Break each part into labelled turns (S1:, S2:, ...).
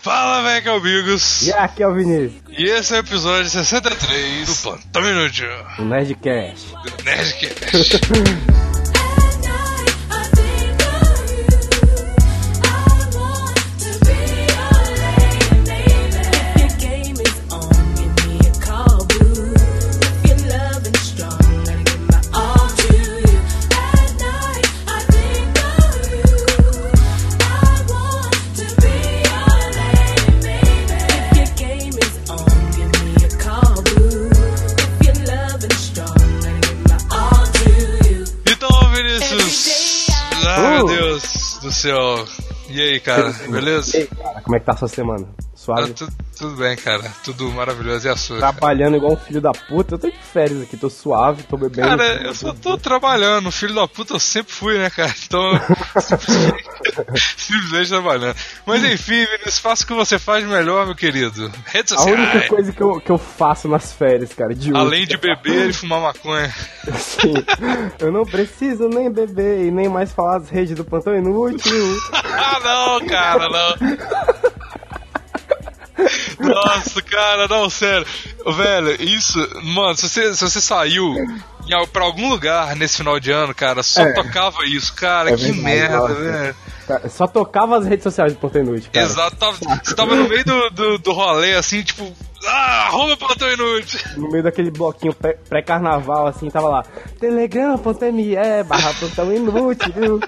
S1: Fala, velho, amigos!
S2: E aqui é o Vinícius,
S1: E esse é o episódio 63 do Plantão Inútil,
S2: o Nerdcast.
S1: do Nerdcast.
S3: At night, I think of you. I want to be your lady. Your game is on. Give me a call, boo. Your love is strong. Gotta give my all to you. At night, I think of you. I want to be your lady. Your game is on. Give me a call, boo. Your love is strong. Gotta give my all to you.
S1: então, Vinícius! Ah, meu
S2: Uh.
S1: Deus do céu! E aí, cara,
S2: E
S1: beleza?
S2: aí, cara, como é que tá a sua semana?
S1: Ah,
S2: Suave?
S1: tu- tudo bem, cara. Tudo maravilhoso. E a sua? cara?
S2: Trabalhando igual um filho da puta. Eu tô de férias aqui, tô suave, tô bebendo.
S1: Cara, eu só tô trabalhando. Filho da puta eu sempre fui, né, cara? Então, simplesmente, simplesmente trabalhando. Mas enfim, Vinícius, faça o que você faz melhor, meu querido. Redes
S2: A única
S1: sociais.
S2: coisa que eu, que eu faço nas férias, cara, de
S1: Além de
S2: útil,
S1: beber e fumar maconha.
S2: assim, eu não preciso nem beber e nem mais falar as redes do plantão inútil.
S1: Ah, não, cara, não. Nossa, cara, não, sério. Velho, isso. Mano, se você, se você saiu em al- pra algum lugar nesse final de ano, cara, só
S2: É.
S1: tocava isso, cara.
S2: É
S1: que
S2: verdade,
S1: merda,
S2: nossa.
S1: velho.
S2: Cara, Só tocava as redes sociais do plantão inútil, cara.
S1: Exato, tava, você tava no meio do, do, do rolê, assim, tipo. Ah, arruma o plantão inútil.
S2: No meio daquele bloquinho pré- pré-carnaval, assim, tava lá, telegram.me barra plantão inútil.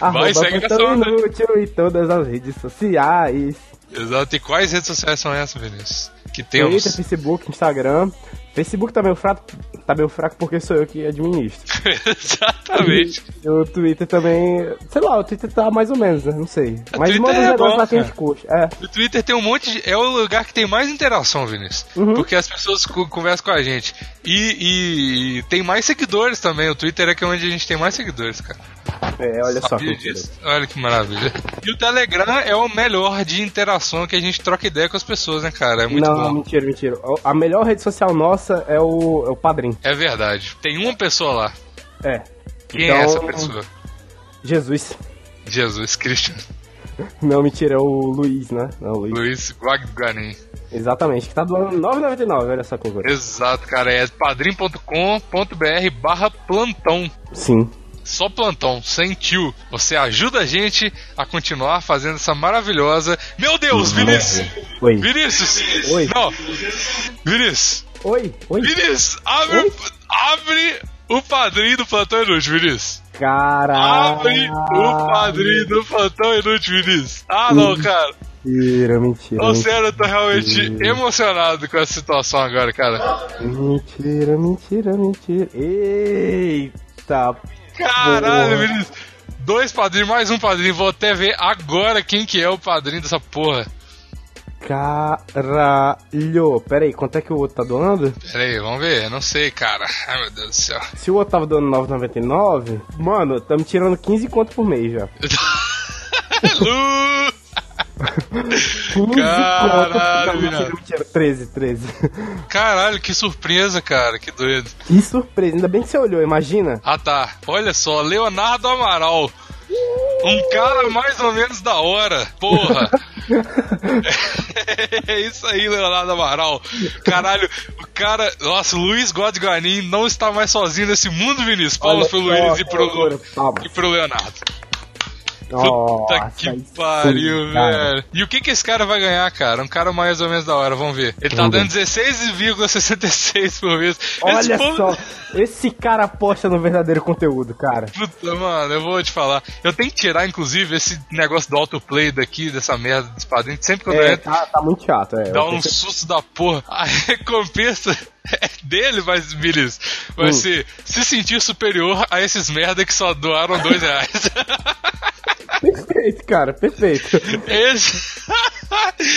S2: Arroba
S1: segue na
S2: plantão
S1: sonda.
S2: inútil em todas as redes sociais.
S1: Exato, e quais redes sociais são essas, Vinícius? Que
S2: Twitter,
S1: temos.
S2: Facebook, Instagram. Facebook tá meio fraco, tá meio fraco porque sou eu que administro.
S1: Exatamente.
S2: E o Twitter também, sei lá, o Twitter tá mais ou menos, né? Não sei. Mas
S1: Twitter
S2: manda
S1: é
S2: um negócio
S1: bom,
S2: lá que a gente curte. É,
S1: O Twitter tem um monte de. É o lugar que tem mais interação, Vinícius.
S2: Uhum.
S1: Porque as pessoas co- conversam com a gente. E, e tem mais seguidores também. O Twitter é que é onde a gente tem mais seguidores, cara.
S2: é, olha só.
S1: Sabia
S2: que
S1: disso? Olha que maravilha. E o Telegram é o melhor de interação que a gente troca ideia com as pessoas, né, cara? É muito
S2: não,
S1: bom.
S2: mentira, mentira. O- A melhor rede social nossa é o, é o Padrim.
S1: É verdade. Tem uma pessoa lá.
S2: É.
S1: Quem
S2: Então-
S1: é essa pessoa?
S2: Jesus.
S1: Jesus Cristo.
S2: Não, mentira, é o Luiz, né? Não, o Luiz.
S1: Luiz Guagani.
S2: Exatamente, que tá doando 9,99, olha só que coisa.
S1: Exato, cara. É padrim.com.br barra plantão.
S2: Sim.
S1: Só plantão, sem tio. Você ajuda a gente a continuar fazendo essa maravilhosa. Meu Deus,
S2: Uhum.
S1: Vinícius!
S2: Oi.
S1: Vinícius!
S2: Oi.
S1: Não! Vinícius!
S2: Oi, oi.
S1: Vinícius! Abre,
S2: Oi?
S1: o- abre o padrinho do plantão inútil, Vinícius!
S2: Caralho.
S1: Abre o padrinho do plantão inútil, Vinícius! Ah,
S2: Uhum.
S1: não, cara!
S2: Mentira, mentira.
S1: Ô, sério, eu tô realmente emocionado com essa situação agora, cara.
S2: Mentira, mentira, mentira. Eita.
S1: Caralho,
S2: Boa.
S1: Vinícius! Dois padrinhos, mais um padrinho. Vou até ver agora quem que é o padrinho dessa porra.
S2: Caralho. Pera aí, quanto é que o outro tá doando?
S1: Pera aí, vamos ver. Eu não sei, cara. Ai, meu Deus do céu.
S2: Se o outro tava doando 9,99, mano, tá me tirando 15 conto por mês já. 15
S1: Lu!
S2: conto.
S1: Caralho,
S2: Não, mentira,
S1: viado.
S2: mentira. 13, 13.
S1: Caralho, que surpresa, cara. Que doido.
S2: Que surpresa. Ainda bem que você olhou, imagina.
S1: Ah, tá. Olha só, Leonardo Amaral. Um cara mais ou menos da hora. Porra. É isso aí, Leonardo Amaral. Caralho, o cara. Nossa, o Luiz Godganin não está mais sozinho nesse mundo, Vinícius. Palmas
S2: Olha
S1: pro
S2: só,
S1: Luiz e
S2: que
S1: pro,
S2: loucura. Palmas.
S1: e pro Leonardo. Puta
S2: Nossa,
S1: que
S2: isso,
S1: pariu,
S2: cara.
S1: velho. E o que que esse cara vai ganhar, cara? Um cara mais ou menos da hora, vamos ver. Ele tá
S2: Vamos
S1: dando 16,66 por mês.
S2: Olha
S1: esse povo-
S2: só, esse cara aposta no verdadeiro conteúdo, cara.
S1: Puta, mano, eu vou te falar. Eu tenho que tirar, inclusive, esse negócio do autoplay daqui, dessa merda dos padrinhos. Sempre quando eu
S2: É,
S1: entro,
S2: tá, tá muito chato, é.
S1: dá
S2: Eu
S1: um
S2: pensei-
S1: susto da porra. A recompensa é dele, mas, Vinícius, vai
S2: Hum.
S1: ser se sentir superior a esses merda que só doaram dois reais.
S2: Perfeito, cara, perfeito.
S1: Esse...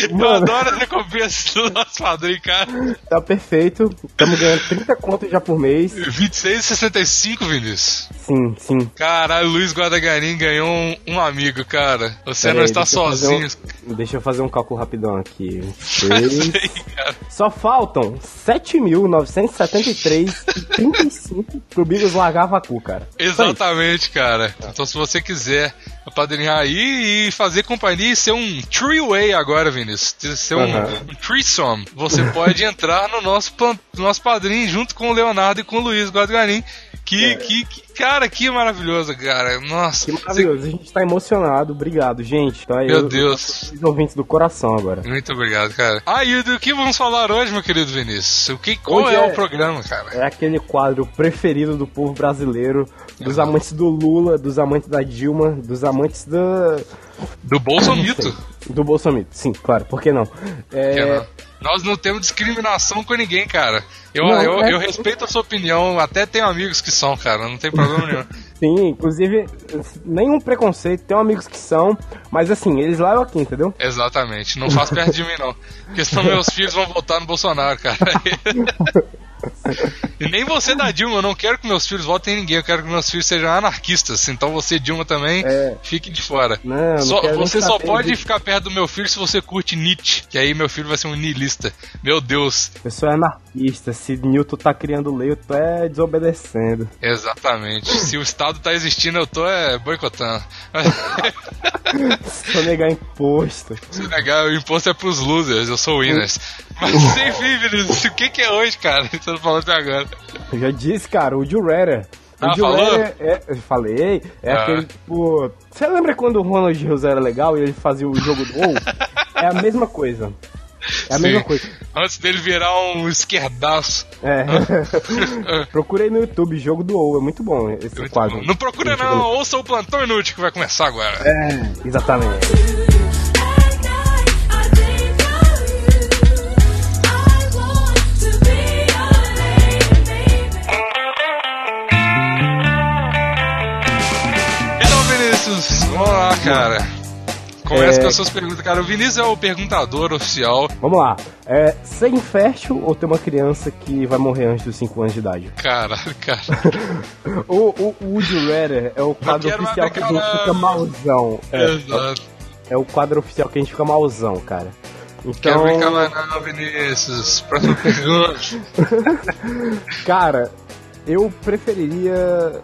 S1: Eu
S2: Mano.
S1: adoro as recompensas do nosso padrinho, cara.
S2: Tá perfeito. Estamos ganhando 30 contos já por mês.
S1: 26,65, Vinícius.
S2: Sim, sim.
S1: Caralho, Luiz Guadaganin ganhou um, um amigo, cara. Você
S2: Pera
S1: não
S2: aí,
S1: está
S2: deixa eu fazer
S1: sozinho.
S2: um- deixa eu fazer um cálculo rapidão aqui.
S1: Isso
S2: Seis.
S1: aí, cara.
S2: Só faltam 7.973,35 pro Bigos largar a vacu, cara.
S1: Exatamente, cara. Então, se você quiser apadrinhar aí e fazer companhia e ser um three-way agora, Vinícius. Ser um,
S2: Aham.
S1: um threesome. Você pode entrar no nosso, pan- no nosso padrinho junto com o Leonardo e com o Luiz Guadagnin. Que, que, que- cara, que maravilhoso, cara. Nossa,
S2: É. Que maravilhoso. A gente tá emocionado. Obrigado, gente. Tá aí,
S1: Meu
S2: eu-
S1: Deus.
S2: Os ouvintes do coração agora.
S1: Muito obrigado, cara. Ah, e do que vamos falar hoje, meu querido Vinícius? O que, qual
S2: Hoje
S1: é,
S2: é-
S1: o programa, cara?
S2: É aquele quadro preferido do povo brasileiro, dos amantes do Lula, dos amantes da Dilma, dos amantes da...
S1: Do Bolsomito.
S2: do Bolsonaro. Sim, claro, por que não? É,
S1: Que não. Nós não temos discriminação com ninguém, cara. Eu,
S2: Não,
S1: eu,
S2: é-
S1: eu respeito a sua opinião, até tenho amigos que são, cara, não tem problema nenhum.
S2: Sim, inclusive, nenhum preconceito, tem amigos que são, mas assim, eles lá eu aqui, entendeu?
S1: Exatamente, não faz perto de mim, não. Porque senão meus filhos vão votar no Bolsonaro, cara. e nem você da Dilma, eu não quero que meus filhos votem em ninguém, eu quero que meus filhos sejam anarquistas. Então você, Dilma, também
S2: É.
S1: fique de fora.
S2: Não, não
S1: Só-
S2: quero nem
S1: você só
S2: saber
S1: pode
S2: disso.
S1: ficar perto do meu filho se você curte Nietzsche, que aí meu filho vai ser um niilista. Meu Deus,
S2: Eu sou anarquista, se Newton tá criando lei, eu tô é desobedecendo.
S1: exatamente. se o Estado tá existindo, eu tô é, boicotando.
S2: Só negar imposto.
S1: Se negar, o imposto é pros losers, eu sou winners. Mas enfim, Vinícius, o que, que é hoje, cara? Você não falou até agora.
S2: Eu já disse, cara, o Jill Ratter.
S1: Ah,
S2: o Jill
S1: falou?
S2: Ratter é, eu falei, é
S1: Ah.
S2: aquele tipo. Você lembra quando o Ronald Rios era legal e ele fazia o jogo do WoW? é a mesma coisa. É a
S1: Sim.
S2: mesma coisa.
S1: Antes dele virar um esquerdaço.
S2: É. Procurei no YouTube, jogo do WoW, é muito bom esse
S1: Ah. Muito
S2: quadro.
S1: bom. Não procura não, ouça o plantão inútil que vai começar agora.
S2: É, exatamente.
S3: At night, I think of you. I want to be your lady, baby.
S1: Então, Vinícius, vamos lá, cara. Começa
S2: É.
S1: com as suas perguntas, cara. O Vinícius é o perguntador oficial.
S2: Vamos lá. É, ser infértil ou ter uma criança que vai morrer antes dos 5 anos de idade?
S1: Caralho, cara.
S2: O, o, o Woody Redder é o quadro
S1: quero
S2: oficial
S1: mais
S2: que a gente
S1: caralho.
S2: fica malzão. É,
S1: Exato.
S2: é o quadro oficial que a gente fica malzão, cara.
S1: Quero
S2: Então,
S1: brincar mais não, Vinícius. Próxima pergunta.
S2: cara, eu preferiria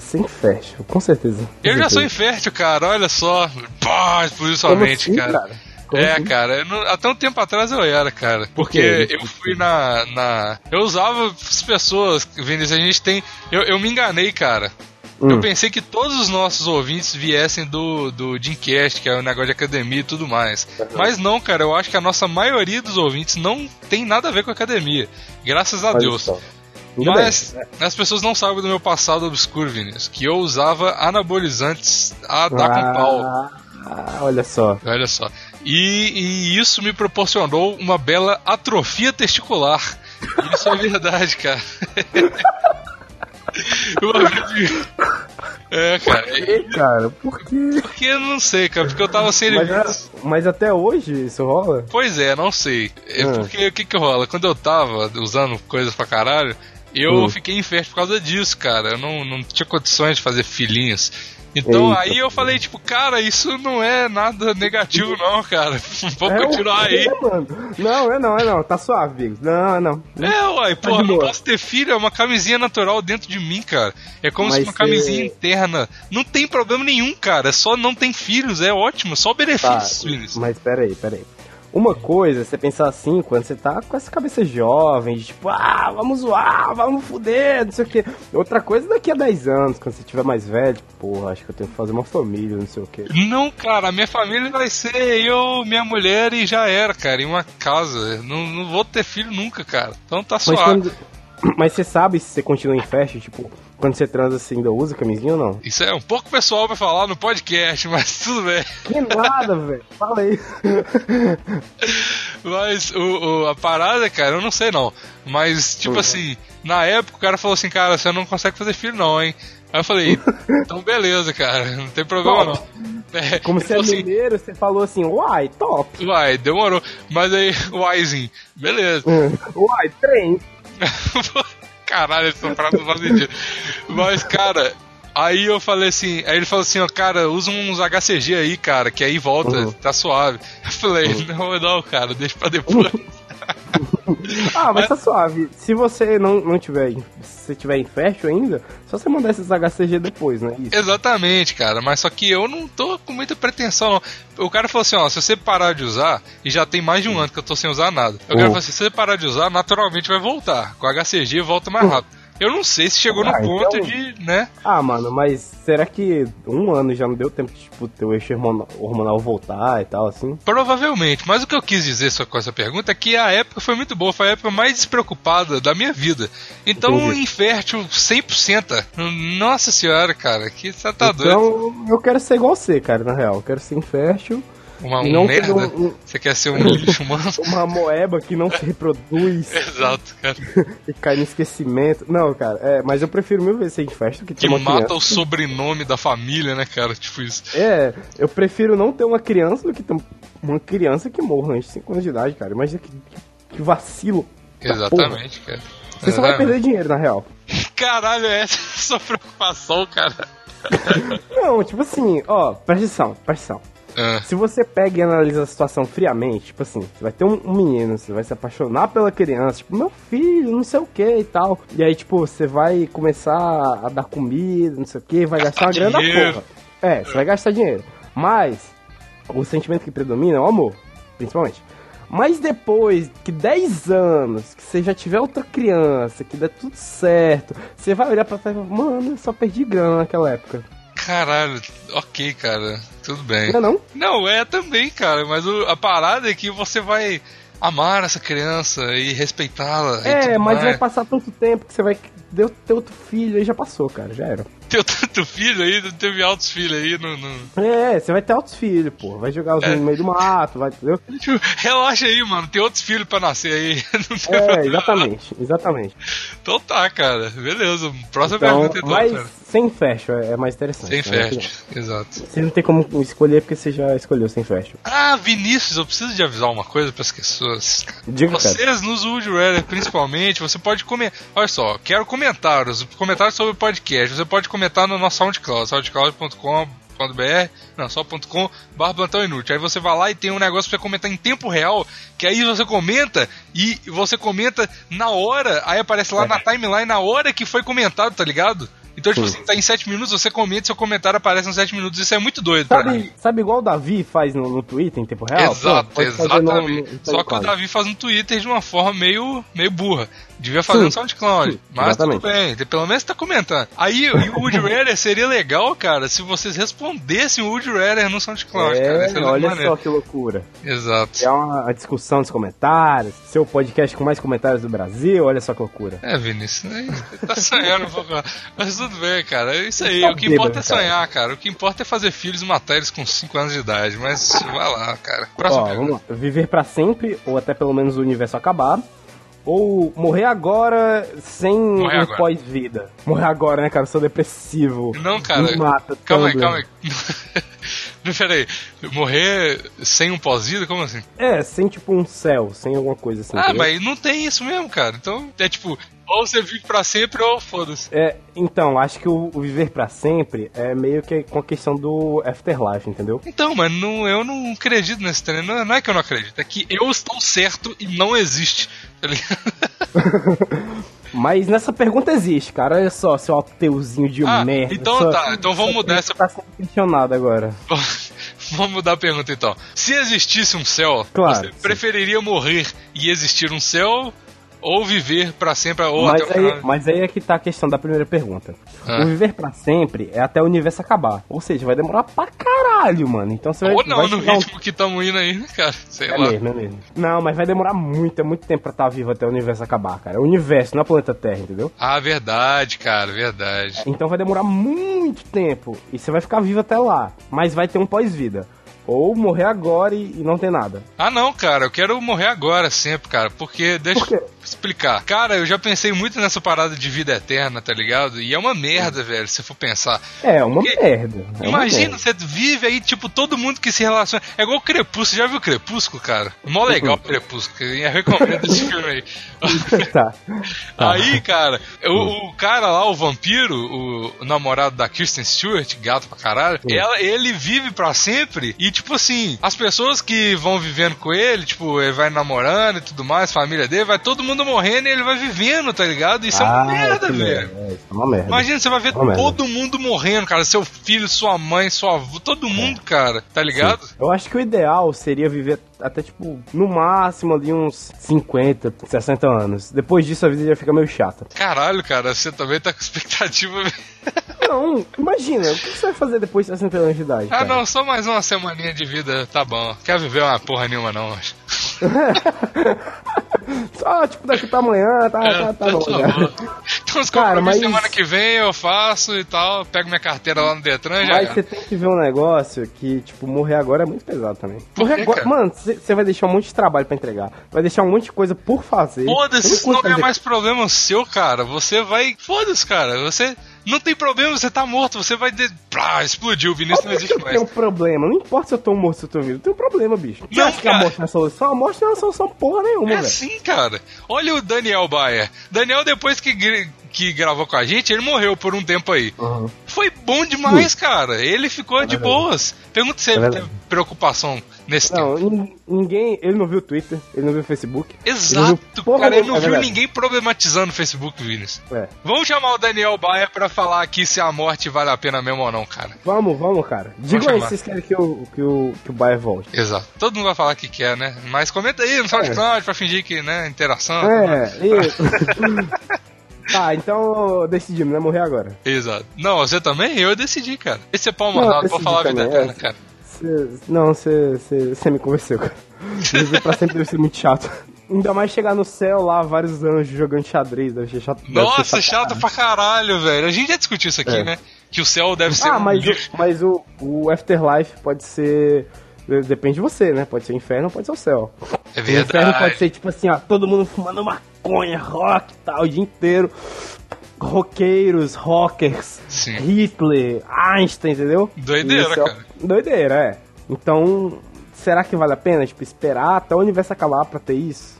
S2: ser infértil, com certeza. Com
S1: Eu já sou
S2: certeza.
S1: infértil, cara, olha só. Pá, explodiu sua
S2: Como
S1: mente,
S2: assim,
S1: cara.
S2: cara? Como
S1: é,
S2: assim?
S1: cara, eu não- até um tempo atrás eu era, cara. Porque
S2: quê?
S1: eu fui na, na. Eu usava as pessoas, Vinícius, a gente tem. Eu, eu me enganei, cara. Eu
S2: Hum.
S1: pensei que todos os nossos ouvintes viessem do, do Dreamcast, que é o negócio de academia e tudo mais. Mas não, cara, eu acho que a nossa maioria dos ouvintes não tem nada a ver com academia. Graças a
S2: Olha
S1: Deus.
S2: só. Ainda
S1: Mas as pessoas não sabem do meu passado obscuro, Vinícius, que eu usava anabolizantes a
S2: bem.
S1: dar tá com pau.
S2: Ah, olha só.
S1: Olha só. E, e isso me proporcionou uma bela atrofia testicular. Isso é verdade, cara. Eu abri- É, cara.
S2: Ei, cara, por quê?
S1: Porque eu não sei, cara. Porque eu tava sem
S2: Mas, é-
S1: limites.
S2: mas até hoje isso rola?
S1: Pois é, não sei. É
S2: Ah.
S1: porque o que que rola? Quando eu tava usando coisas pra caralho, eu
S2: Hum.
S1: fiquei infértil por causa disso, cara. Eu não, não tinha condições de fazer filhinhos. Então
S2: Eita.
S1: aí eu falei, tipo, cara, isso não é nada negativo, não, cara. Vou
S2: É o
S1: continuar aí.
S2: quê, mano? Não, é não, é não. Tá suave, Bigos. Não, é não.
S1: É, uai, porra,
S2: Tá de
S1: não
S2: boa.
S1: posso ter filho, é uma camisinha natural dentro de mim, cara. É como
S2: Mas
S1: se uma camisinha
S2: cê-
S1: interna. Não tem problema nenhum, cara. é Só não tem filhos, é ótimo, só
S2: Tá,
S1: benefícios, Vinícius.
S2: mas peraí, peraí. Uma coisa é você pensar assim, quando você tá com essa cabeça jovem, de tipo, ah, vamos zoar, vamos fuder, não sei o quê. Outra coisa é daqui a 10 anos, quando você tiver mais velho, tipo, porra, acho que eu tenho que fazer uma família, não sei o quê.
S1: Não, cara, a minha família vai ser eu, minha mulher e já era, cara, em uma casa. Não, não vou ter filho nunca, cara. Então tá
S2: Mas,
S1: suave.
S2: quando, mas você sabe se você continua em festa, tipo, quando você transa, você ainda usa camisinha ou não?
S1: Isso é um pouco pessoal pra falar no podcast, mas tudo bem.
S2: Que nada, velho. Fala aí.
S1: Mas o, o- a parada, cara, eu não sei não. Mas, tipo assim, na época o cara falou assim, cara, você não consegue fazer filho não, hein? Aí eu falei, então beleza, cara, não tem problema não. É,
S2: Como
S1: ele
S2: você é
S1: falou assim,
S2: mineiro, você falou assim, uai, top.
S1: Uai, demorou. Mas aí, uaizinho, beleza.
S2: Uai, trem.
S1: Caralho, essa frase não faz sentido. Mas, cara, aí eu falei assim, aí ele falou assim, ó, cara, usa uns HCG aí, cara, que aí volta,
S2: Uhum.
S1: tá suave. Eu falei, não, não, cara, deixa pra depois.
S2: Ah, mas tá suave. Se você não, não tiver, em- se tiver em fashion ainda, só você mandar esses HCG depois, né? Isso.
S1: Exatamente, cara, mas só que eu não tô com muita pretensão, não. O cara falou assim, ó, se você parar de usar, e já tem mais de
S2: Hum.
S1: um ano que eu tô sem usar nada. Eu
S2: Oh.
S1: quero falar assim, se você parar de usar, naturalmente vai voltar. Com HCG volta mais rápido. Eu não sei se chegou no
S2: Ah, então-
S1: ponto de, né?
S2: Ah, mano, mas será que um ano já não deu tempo de, tipo, teu eixo hormona- hormonal voltar e tal, assim?
S1: Provavelmente, mas o que eu quis dizer só com essa pergunta é que a época foi muito boa, foi a época mais despreocupada da minha vida. Então,
S2: Entendi.
S1: infértil 100%. Nossa senhora, cara, que você tá doido.
S2: então, eu quero ser igual você, cara, na real. Eu quero ser infértil,
S1: Uma,
S2: e
S1: um
S2: não
S1: merda?
S2: ter um- um-
S1: Você quer ser um lixo humano?
S2: uma moeba que não se reproduz
S1: É. Exato, cara.
S2: e cai no esquecimento. Não, cara, é, mas eu prefiro mil vezes ser infértil do que ter
S1: Que
S2: uma
S1: mata
S2: criança.
S1: o sobrenome da família, né, cara? Tipo isso.
S2: É, eu prefiro não ter uma criança do que ter uma criança que morra antes de 5 anos de idade, cara. Imagina que, que vacilo. da porra.
S1: Exatamente, cara.
S2: Você só vai
S1: Exatamente.
S2: perder dinheiro, na real.
S1: Caralho, essa é a sua preocupação, cara.
S2: Não, tipo assim, ó, presta atenção, presta atenção.
S1: Ah,
S2: Se você pega e analisa a situação friamente, tipo assim, você vai ter um, um menino, você vai se apaixonar pela criança, tipo, meu filho, não sei o que e tal. E aí, tipo, você vai começar a dar comida, não sei o que, vai gastar uma
S1: Gastar
S2: grana
S1: dinheiro.
S2: porra. É, você vai gastar dinheiro. Mas, o sentimento que predomina é o amor, principalmente. Mas depois que 10 anos, que você já tiver outra criança, que dá tudo certo, você vai olhar pra trás e falar, mano, eu só perdi grana naquela época.
S1: caralho, ok, cara. Tudo bem.
S2: Não é não?
S1: Não, é também, cara, mas o- a parada é que você vai amar essa criança e respeitá-la. e
S2: É,
S1: tudo
S2: mas vai
S1: mais.
S2: passar tanto tempo que você vai deu ter outro filho aí já passou, cara, já era.
S1: Teu tanto filho aí, não teve altos filhos aí. Não, não-
S2: É, você vai ter outros filhos, pô, vai jogar os
S1: É.
S2: no meio do mato, vai, entendeu?
S1: Tipo, Relaxa aí, mano, tem outros filhos pra nascer aí. Não tem
S2: É,
S1: problema.
S2: exatamente, exatamente.
S1: Então tá, cara, beleza. Próxima
S2: Então,
S1: pergunta, então,
S2: mas
S1: cara.
S2: sem fecho é, é mais interessante.
S1: Sem
S2: né?
S1: fértil, exato.
S2: Você não tem como escolher porque você já escolheu sem fecho.
S1: Ah, Vinícius, eu preciso de avisar uma coisa para as pessoas.
S2: Diga, cara.
S1: Vocês nos Wood Rare, principalmente, você pode comentar. Olha só, quero comentários. Comentários sobre o podcast. Você pode comentar no nosso SoundCloud, soundcloud.com.br, não, só ponto .com, barra plantão inútil. Aí você vai lá e tem um negócio pra você comentar em tempo real, que aí você comenta e você comenta na hora, aí aparece lá
S2: Uhum.
S1: na timeline na hora que foi comentado, tá ligado? Então, tipo assim, tá em 7 minutos, você comenta, seu comentário aparece em 7 minutos, isso é muito doido pra mim.
S2: Sabe, sabe igual o Davi faz no, no Twitter em tempo real?
S1: Exato,
S2: É, Pô, pode fazer no-
S1: exatamente.
S2: no-
S1: Só que o Davi faz um Twitter de uma forma meio, meio burra. Devia fazer
S2: Sim.
S1: no SoundCloud.
S2: Sim,
S1: mas
S2: exatamente.
S1: tudo bem, pelo menos tá comentando. Aí e o Wood Rarer seria legal, cara, se vocês respondessem o Wood Rarer no SoundCloud, cara.
S2: É,
S1: Essa é uma
S2: olha
S1: maneira.
S2: só que loucura.
S1: Exato.
S2: É uma discussão dos comentários, seu podcast com mais comentários do Brasil, olha só que loucura.
S1: É, Vinícius, né? tá sonhando um pouco. Mas tudo bem, cara. É isso aí.
S2: Tá
S1: O que importa é
S2: bêbado, cara.
S1: sonhar, cara. O que importa é fazer filhos e matar eles com 5 anos de idade. Mas vai lá, cara. Próximo.
S2: Ó, vamos lá. Viver pra sempre, ou até pelo menos o universo acabar. Ou morrer agora sem
S1: Morrer
S2: um
S1: agora.
S2: pós-vida. Morrer agora, né, cara? Eu sou depressivo.
S1: Não, cara.
S2: Me mata,
S1: calma aí,
S2: Tumblr.
S1: calma aí. Não, Peraí, morrer sem um pós-vida? Como assim?
S2: É, sem tipo um céu, sem alguma coisa assim.
S1: Ah,
S2: entendeu?
S1: mas não tem isso mesmo, cara. Então é tipo, ou você vive pra sempre ou foda-se.
S2: É, então, acho que o, o viver pra sempre é meio que com a questão do afterlife, entendeu?
S1: Então, mas não, eu não acredito nesse treino. Não, é- não é que eu não acredito, é que eu estou certo e não existe. Tá ligado?
S2: Mas nessa pergunta existe, cara. Olha só, seu ateuzinho de
S1: Ah,
S2: merda.
S1: então
S2: Só-
S1: tá, então vamos
S2: só
S1: mudar
S2: tem
S1: essa-
S2: que Tá sendo questionado agora.
S1: Bom, Vamos mudar a pergunta então. Se existisse um céu,
S2: Claro,
S1: você
S2: sim.
S1: preferiria morrer e existir um céu ou viver pra sempre ou
S2: Mas
S1: até o
S2: aí,
S1: final?
S2: mas aí é que tá a questão da primeira pergunta.
S1: Ah.
S2: O viver pra sempre é até o universo acabar. Ou seja, vai demorar pra caralho, mano. Então você vai.
S1: Ou não,
S2: vai
S1: no
S2: chegar um-
S1: ritmo que estamos indo aí, né, cara? Sei
S2: É
S1: lá.
S2: mesmo, é mesmo. Não, mas vai demorar muito, é muito tempo pra estar vivo até o universo acabar, cara. É o universo, não é o planeta Terra, entendeu?
S1: Ah, verdade, cara, verdade.
S2: Então vai demorar muito tempo. E você vai ficar vivo até lá. Mas vai ter um pós-vida. Ou morrer agora e, e não ter nada.
S1: Ah, não, cara, eu quero morrer agora sempre, cara, porque deixa
S2: Por quê?
S1: eu explicar. Cara, eu já pensei muito nessa parada de vida eterna, tá ligado? E é uma merda, velho, se for pensar.
S2: É, uma
S1: Porque-
S2: merda. é uma
S1: Imagina,
S2: merda.
S1: você vive aí, tipo, todo mundo que se relaciona. É igual o Crepúsculo, já viu o Crepúsculo, cara? Mó legal o Crepúsculo, eu recomendo esse filme aí.
S2: tá.
S1: Aí, cara,
S2: Hum.
S1: o, o cara lá, o vampiro,
S2: Hum.
S1: o, namorado da Kristen Stewart, gato pra caralho, ela, ele vive pra sempre e, tipo assim, as pessoas que vão vivendo com ele, tipo, ele vai namorando e tudo mais, família dele, vai todo mundo morrendo e ele vai vivendo, tá ligado? Isso é uma merda,
S2: isso
S1: velho.
S2: mesmo, Ah, é, isso é uma merda. É
S1: Imagina, você vai ver
S2: Uma merda.
S1: todo mundo morrendo, cara. Seu filho, sua mãe, sua avó, todo mundo, cara. Tá ligado?
S2: Eu acho que o ideal seria viver até, tipo, no máximo ali uns 50, 60 anos. Depois disso a vida já fica meio chata.
S1: Caralho, cara, você também tá com expectativa.
S2: Não, imagina, o que você vai fazer depois de 60 anos de idade?
S1: Ah,
S2: cara?
S1: não, só mais uma semaninha de vida, tá bom. Quer viver uma porra nenhuma, não, acho.
S2: Só, tipo, daqui pra amanhã, tá, tá, tá bom,
S1: Tá
S2: já.
S1: bom. Então, os
S2: Cara,
S1: compromissos
S2: mas-
S1: semana que vem eu faço e tal. Pego minha carteira lá no Detran já.
S2: Mas você tem que ver um negócio que, tipo, morrer agora é muito pesado também.
S1: Por
S2: morrer
S1: quê,
S2: agora,
S1: cara?
S2: mano, você vai deixar um monte de trabalho pra entregar. Vai deixar um monte de coisa por fazer.
S1: Foda-se,
S2: Eu
S1: isso não
S2: curto
S1: é
S2: fazer-
S1: mais problema seu, cara. Você vai. Foda-se, cara. Você. Não tem problema, você tá morto. Você vai. De... Plá, explodiu, o Vinícius não
S2: Óbvio que
S1: existe
S2: eu
S1: mais.
S2: tenho um problema, não importa se eu tô morto ou se eu tô vivo, eu tenho um problema, bicho. Você
S1: Não,
S2: acha que a
S1: cara.
S2: morte não é solução? A morte não é solução porra nenhuma,
S1: É
S2: velho.
S1: assim, cara. Olha o Daniel Baia. Daniel, depois que, gri- que gravou com a gente, ele morreu por um tempo aí.
S2: Uhum.
S1: Foi bom demais, cara. Ele ficou de boas. Pergunta se ele
S2: É verdade.
S1: teve preocupação nesse tempo.
S2: Não, nin- ninguém. Ele não viu o Twitter, ele não viu o Facebook. ele não viu
S1: Exato,
S2: porra
S1: cara. Ele não
S2: nenhuma, é
S1: viu
S2: verdade.
S1: ninguém problematizando o Facebook, Vinícius.
S2: É.
S1: Vamos chamar o Daniel Baia pra falar aqui se a morte vale a pena mesmo ou não, cara.
S2: Vamos, vamos, cara. Digam aí
S1: chamar.
S2: se vocês querem que o, que o, que o Bayer volte.
S1: Exato. Todo mundo vai falar que quer, né? Mas comenta aí no SoundCloud pra fingir que, né, interação.
S2: É, isso. tá, então decidimos, né? Morrer agora.
S1: Exato. Não, você também? Eu decidi, cara. Esse é pau
S2: Não,
S1: mandado pra
S2: eu decidi
S1: falar a vida
S2: também,
S1: eterna,
S2: é.
S1: cara.
S2: Cê- não, você me convenceu, cara. Viver pra sempre deve ser muito chato. Ainda mais chegar no céu lá, vários anjos jogando xadrez, deve ser chato. deve ser
S1: Nossa, chato pra caralho, velho. A gente já discutiu isso aqui,
S2: É.
S1: né? Que o céu deve ser
S2: Ah,
S1: um
S2: mas,
S1: lixo.
S2: o, mas o, o Afterlife pode ser. Depende de você, né? Pode ser inferno ou pode ser o céu.
S1: É
S2: O inferno
S1: verdade.
S2: pode ser tipo assim, ó, todo mundo fumando maconha, rock e tal, o dia inteiro. Roqueiros, rockers,
S1: Sim.
S2: Hitler, Einstein, entendeu?
S1: Doideira,
S2: E o céu-
S1: cara.
S2: Doideira, é. Então, será que vale a pena, tipo, esperar até o universo acabar pra ter isso?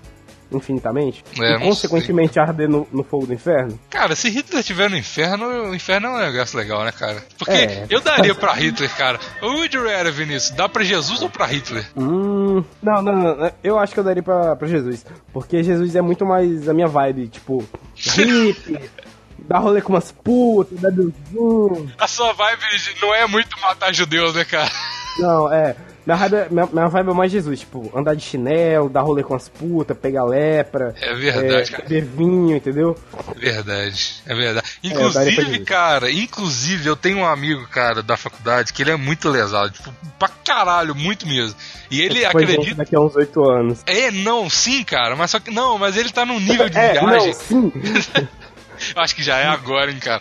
S2: Infinitamente?
S1: É,
S2: e
S1: não
S2: consequentemente arder no, no fogo do inferno?
S1: Cara, se Hitler estiver no inferno, o inferno é um negócio legal, né, cara? Porque
S2: É.
S1: eu daria pra Hitler, cara. Would you rather, Vinícius? Dá pra Jesus ou pra Hitler?
S2: Hum. Não, não, não, não. Eu acho que eu daria pra, pra Jesus. Porque Jesus é muito mais a minha vibe, tipo, hippie, dar rolê com umas putas, beber zoom.
S1: A sua vibe não é muito matar judeus, né, cara?
S2: Não, é. Minha vibe, é- minha, minha vibe é mais Jesus, tipo, andar de chinelo, dar rolê com as putas, pegar lepra,
S1: É verdade, cara.
S2: beber vinho, entendeu?
S1: Verdade, é verdade.
S2: eu daria pra
S1: Inclusive,
S2: Jesus.
S1: cara, inclusive eu tenho um amigo, cara, da faculdade, que ele é muito lesado, tipo, pra caralho, muito mesmo. E ele
S2: Tipo, Foi gente
S1: acredita.
S2: daqui a uns oito anos.
S1: É, não, sim, cara, mas só que. Não, mas ele tá num nível de
S2: É, não,
S1: viagem.
S2: sim.
S1: Eu Acho que já é agora, hein, cara.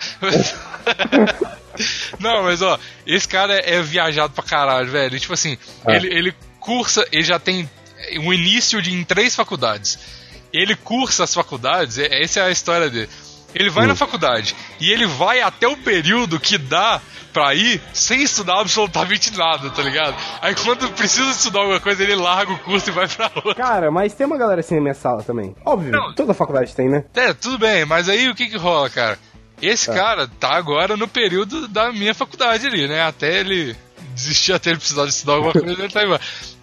S1: Não, mas ó, esse cara é viajado pra caralho, velho. E, Tipo assim, ele, ele cursa, ele já tem o início de em três faculdades. Ele cursa as faculdades, é- essa é a história dele. Ele vai na faculdade e ele vai até o período que dá pra ir sem estudar absolutamente nada, tá ligado? Aí quando precisa estudar alguma coisa, ele larga o curso e vai pra outra.
S2: Cara, mas tem uma galera assim na minha sala também. Óbvio,
S1: Não.
S2: toda faculdade tem, né?
S1: É, tudo bem, mas aí o que que rola, cara? Esse cara tá agora no período da minha faculdade ali, né? Até ele desistir, até ele precisar de estudar alguma coisa, ele tá aí.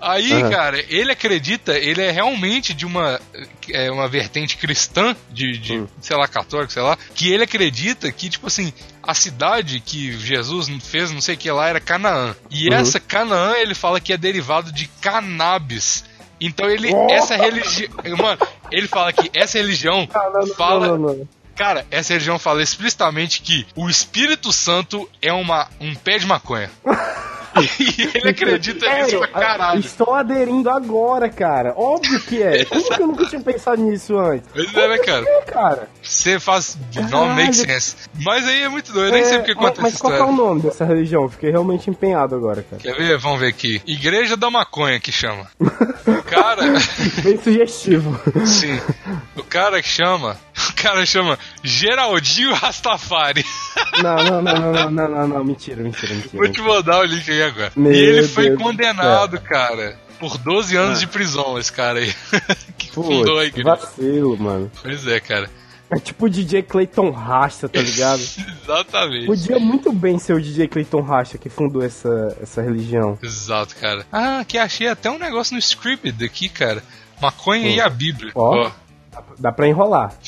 S1: Aí,
S2: Aham.
S1: cara, ele acredita, ele é realmente de uma, é, uma vertente cristã, de, de, sei lá, católico, sei lá, que ele acredita que, tipo assim, a cidade que Jesus fez, não sei o que lá, era Canaã. E essa Canaã, ele fala que é derivado de cannabis. Então ele, essa religião. Mano, ele fala que essa religião fala.
S2: não.
S1: Cara, essa religião fala explicitamente que o Espírito Santo é uma, um pé de maconha. e ele acredita nisso pra
S2: Sério, eu
S1: caralho.
S2: Estou aderindo agora, cara. Óbvio que é. Como que eu nunca tinha pensado nisso antes?
S1: Pois é, né, cara?
S2: É, cara.
S1: Você faz. Não
S2: Caralho.
S1: make sense. Mas aí é muito doido, nem
S2: É,
S1: sei porque
S2: mas,
S1: conta
S2: mas
S1: essa
S2: qual que
S1: história.
S2: é o nome dessa religião? Fiquei realmente empenhado agora, cara.
S1: Quer ver? Vamos ver aqui. Igreja da Maconha que chama. Cara.
S2: Bem sugestivo.
S1: Sim. O cara que chama. O cara chama Geraldinho Rastafari.
S2: Não, não, não, não, não, não, não, não. Mentira, mentira,
S1: Vou te
S2: mentira.
S1: mandar o link aí agora.
S2: Meu
S1: e ele foi
S2: Deus do Ah.
S1: condenado, cara, por 12 anos de prisão, esse cara aí. que fundou a
S2: Putz,
S1: igreja.
S2: vacilo, mano.
S1: Pois é, cara.
S2: É tipo o DJ Clayton Rasta, tá ligado?
S1: Exatamente.
S2: Podia muito bem ser o DJ Clayton Rasta que fundou essa, essa religião.
S1: Exato, cara. Ah, aqui achei até um negócio no Scripted aqui, cara. Maconha e a Bíblia.
S2: Ó.
S1: Ó.
S2: Dá pra- Dá pra enrolar.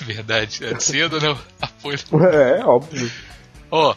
S1: é verdade. É cedo, né? A folha.
S2: É, óbvio.
S1: Ó.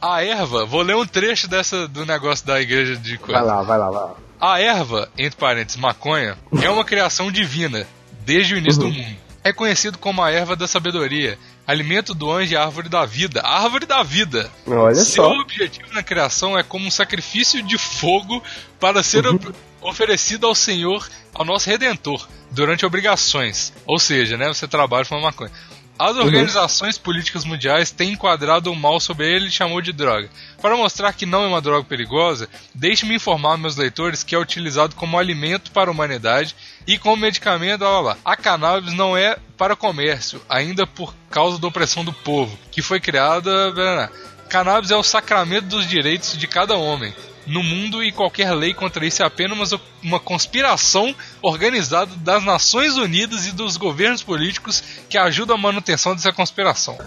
S1: A erva, vou ler um trecho dessa do negócio da igreja de coisa.
S2: Vai lá, vai lá, vai lá.
S1: A erva, entre parênteses, maconha, é uma criação divina, desde o início
S2: Uhum.
S1: do mundo. É conhecido como a erva da sabedoria, alimento do anjo e árvore da vida. Árvore da vida!
S2: Olha
S1: Seu
S2: só.
S1: objetivo na criação é como um sacrifício de fogo para ser
S2: Uhum.
S1: ob- oferecido ao Senhor, ao nosso Redentor, durante obrigações. Ou seja, né, você trabalha com uma maconha. As organizações políticas mundiais têm enquadrado o mal sobre ele e chamou de droga. Para mostrar que não é uma droga perigosa, deixe-me informar meus leitores que é utilizado como alimento para a humanidade e como medicamento. Olha lá. A cannabis não é para comércio, ainda por causa da opressão do povo, que foi criada. blá, blá. Cannabis é o sacramento dos direitos de cada homem. No mundo, e qualquer lei contra isso é apenas uma conspiração organizada das Nações Unidas e dos governos políticos que ajudam a manutenção dessa conspiração.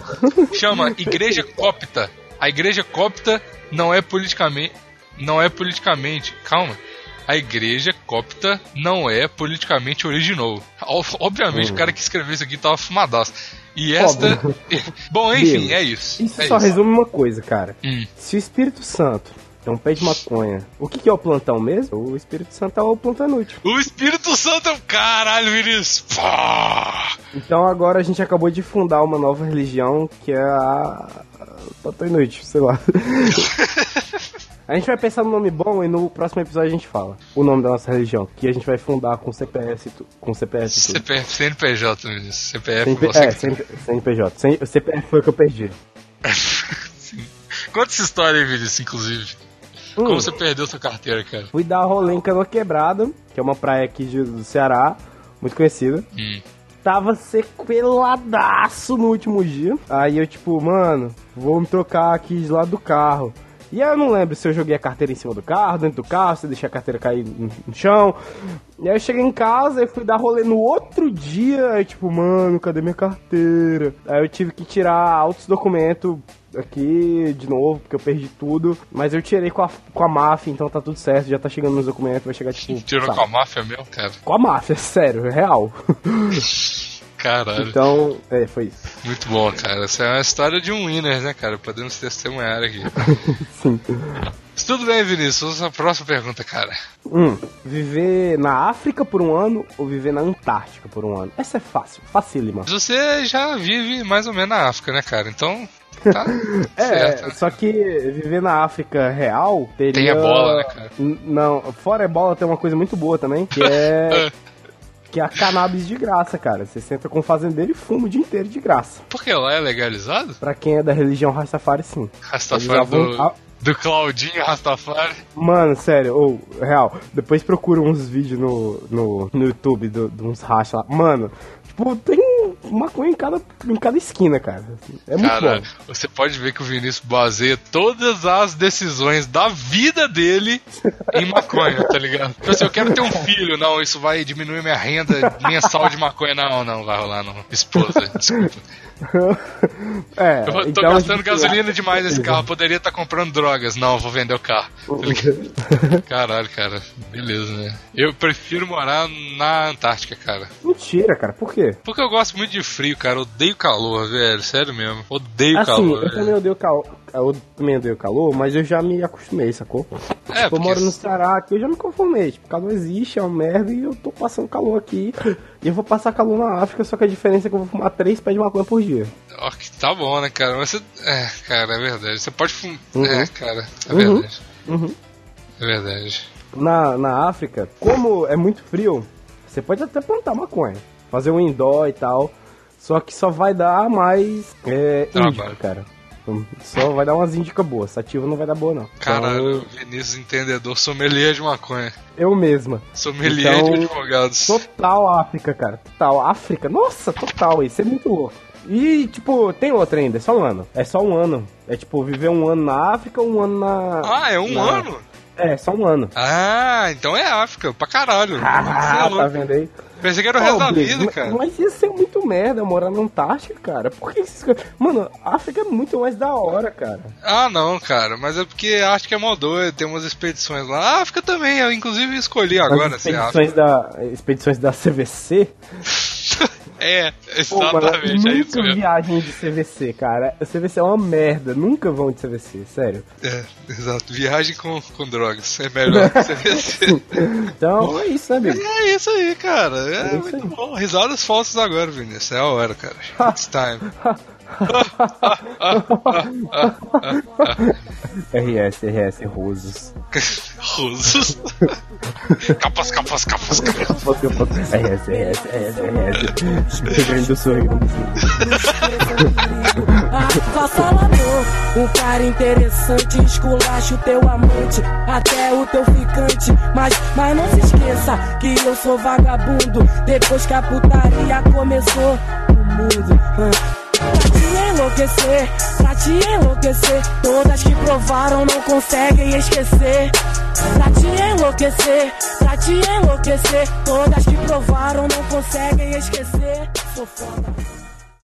S1: Chama Igreja Copta. A Igreja Copta não é politicamente. Não é politicamente. Calma. A Igreja Copta não é politicamente original. Ob- Obviamente, o cara que escreveu isso aqui tava fumadaço. E esta. Bom, enfim,
S2: Deus.
S1: é isso.
S2: Isso
S1: é
S2: só resume uma coisa, cara.
S1: Hum.
S2: Se o Espírito Santo é um pé de maconha, o que, que é o plantão mesmo? O Espírito Santo é o plantão inútil.
S1: O Espírito Santo é um caralho, Vinícius. Pá!
S2: Então agora a gente acabou de fundar uma nova religião que é a. o Plantão inútil, sei lá. A gente vai pensar no nome bom e no próximo episódio a gente fala o nome da nossa religião, que a gente vai fundar com CPF, e tu- com CPF e tudo.
S1: CPF, CNPJ, Vinícius. CPF,
S2: CNP,
S1: você
S2: é,
S1: que-
S2: CNP, CNPJ. Sem- o CPF foi o que eu perdi.
S1: Sim. Conta essa história aí, Vinícius, inclusive.
S2: Hum.
S1: Como você perdeu sua carteira, cara.
S2: Fui dar rolê em Canoa Quebrada, que é uma praia aqui de- do Ceará, muito conhecida.
S1: Hum.
S2: Tava sequeladaço no último dia. Aí eu, tipo, mano, vou me trocar aqui de lado do carro. E aí eu não lembro se eu joguei a carteira em cima do carro, dentro do carro, se eu deixei a carteira cair no no chão. E aí eu cheguei em casa e fui dar rolê no outro dia. Aí, tipo, mano, cadê minha carteira? Aí eu tive que tirar altos documentos aqui de novo, porque eu perdi tudo. Mas eu tirei com a, com a MAF, então tá tudo certo, já tá chegando nos documentos, vai chegar, tipo.
S1: Tirou
S2: sabe?
S1: com a máfia mesmo, cara.
S2: com a máfia, sério, é real.
S1: Caralho.
S2: Então, é, foi isso.
S1: Muito bom, cara. Essa é uma história de um winner, né, cara? Podemos testemunhar aqui.
S2: Sim.
S1: Mas Tudo bem, Vinícius. A próxima pergunta, cara.
S2: Hum, viver na África por um ano ou viver na Antártica por um ano? Essa é fácil, facílima.
S1: Você já vive mais ou menos na África, né, cara? Então. Tá certo.
S2: É, só que viver na África real teria...
S1: Tem ebola, né, cara?
S2: N- Não, fora ebola tem uma coisa muito boa também, que é... que é a cannabis de graça, cara. Você senta com o fazendeiro e fuma o dia inteiro de graça.
S1: Porque lá é legalizado?
S2: Pra quem é da religião Rastafari, sim.
S1: Rastafari
S2: Eles
S1: do,
S2: avan-
S1: do Claudinho Rastafari.
S2: Mano, sério, ou, real, depois procura uns vídeos no, no, no YouTube do- de uns racha lá. Mano, tipo, tem maconha em cada, em cada esquina, cara. É muito
S1: Cara,
S2: bom.
S1: você pode ver que o Vinícius baseia todas as decisões da vida dele em maconha, tá ligado? Tipo assim, eu quero ter um filho, não, isso vai diminuir minha renda mensal de maconha. Não, não, vai rolar, não. Esposa, desculpa.
S2: É,
S1: Eu tô
S2: então,
S1: gastando
S2: tipo,
S1: gasolina demais nesse carro, eu poderia estar comprando drogas. Não, eu vou vender o carro. Tá ligado? Caralho, cara, beleza, né? Eu prefiro morar na Antártica, cara.
S2: Mentira, cara, por quê?
S1: Porque eu gosto muito de frio, cara. Eu Odeio calor, velho. Sério mesmo. Odeio
S2: Assim,
S1: calor. né?
S2: eu
S1: velho.
S2: também odeio calor. Eu também odeio calor, mas eu já me acostumei, sacou?
S1: É,
S2: tipo, eu
S1: porque-
S2: moro no Ceará aqui, eu já me conformei. Tipo, calor existe, é uma merda, e eu tô passando calor aqui. E eu vou passar calor na África, só que a diferença é que eu vou fumar três pés de maconha por dia.
S1: Ó, que tá bom, né, cara? Mas você. É, cara, é verdade. Você pode fumar.
S2: Uhum.
S1: É, cara, é
S2: Uhum.
S1: verdade.
S2: Uhum.
S1: É verdade.
S2: na, na África, como é muito frio, você pode até plantar maconha, fazer um indoor e tal, só que só vai dar mais é,
S1: Trabalho.
S2: índica, cara. Só vai dar umas índicas boas, sativa não vai dar boa não.
S1: Caralho,
S2: Então,
S1: Vinícius Entendedor, sommelier de maconha.
S2: eu mesma.
S1: Sommelier
S2: Então,
S1: de advogados.
S2: Total África, cara. Total África. Nossa, total. Isso é muito louco. E, tipo, tem outra ainda, é só um ano. É só um ano. É tipo, viver um ano na África, um ano na.
S1: Ah, é um
S2: na-
S1: ano?
S2: É, só um ano.
S1: Ah, então é África, pra caralho. Você é
S2: Ah,
S1: louco.
S2: tá vendo aí?
S1: Pensei que era o resto
S2: Pô,
S1: da
S2: Briggs,
S1: vida,
S2: ma-
S1: cara.
S2: Mas ia ser muito merda eu morar na Antártica, cara. Por que esses caras. Mano, a África é muito mais da hora, cara.
S1: Ah, não, cara, mas é porque acho que é mó doido, tem umas expedições lá. A África também, eu inclusive escolhi agora
S2: As
S1: ser
S2: expedições
S1: África.
S2: da, expedições da CVC.
S1: É,
S2: Pô, mano,
S1: exatamente, é isso
S2: nunca
S1: mesmo.
S2: viagem de CVC, cara. A CVC é uma merda. Nunca vão de CVC, sério.
S1: É, exato. Viagem com, com drogas. É melhor que você ver.
S2: Então é isso, né, amigo?
S1: É isso aí, cara. É,
S2: É isso
S1: muito
S2: aí.
S1: bom. Risadas falsas agora, Vinícius. É a hora, cara. It's time.
S2: RS, RS, Rosos.
S1: Rusos. capas, capas, capas, capas.
S2: Você- você- RS, RS, RS, RS. Rio Grande do Sul, Rio Grande do Sul.
S3: Avassalador, um cara interessante, esculacha o teu amante, até o teu ficante. Mas, mas não se esqueça que eu sou vagabundo. Depois que a putaria começou, o mundo. ah. Pra te enlouquecer, pra te enlouquecer. Todas que provaram não conseguem esquecer. Pra te enlouquecer, pra te enlouquecer. Todas que provaram não conseguem esquecer. Sou foda.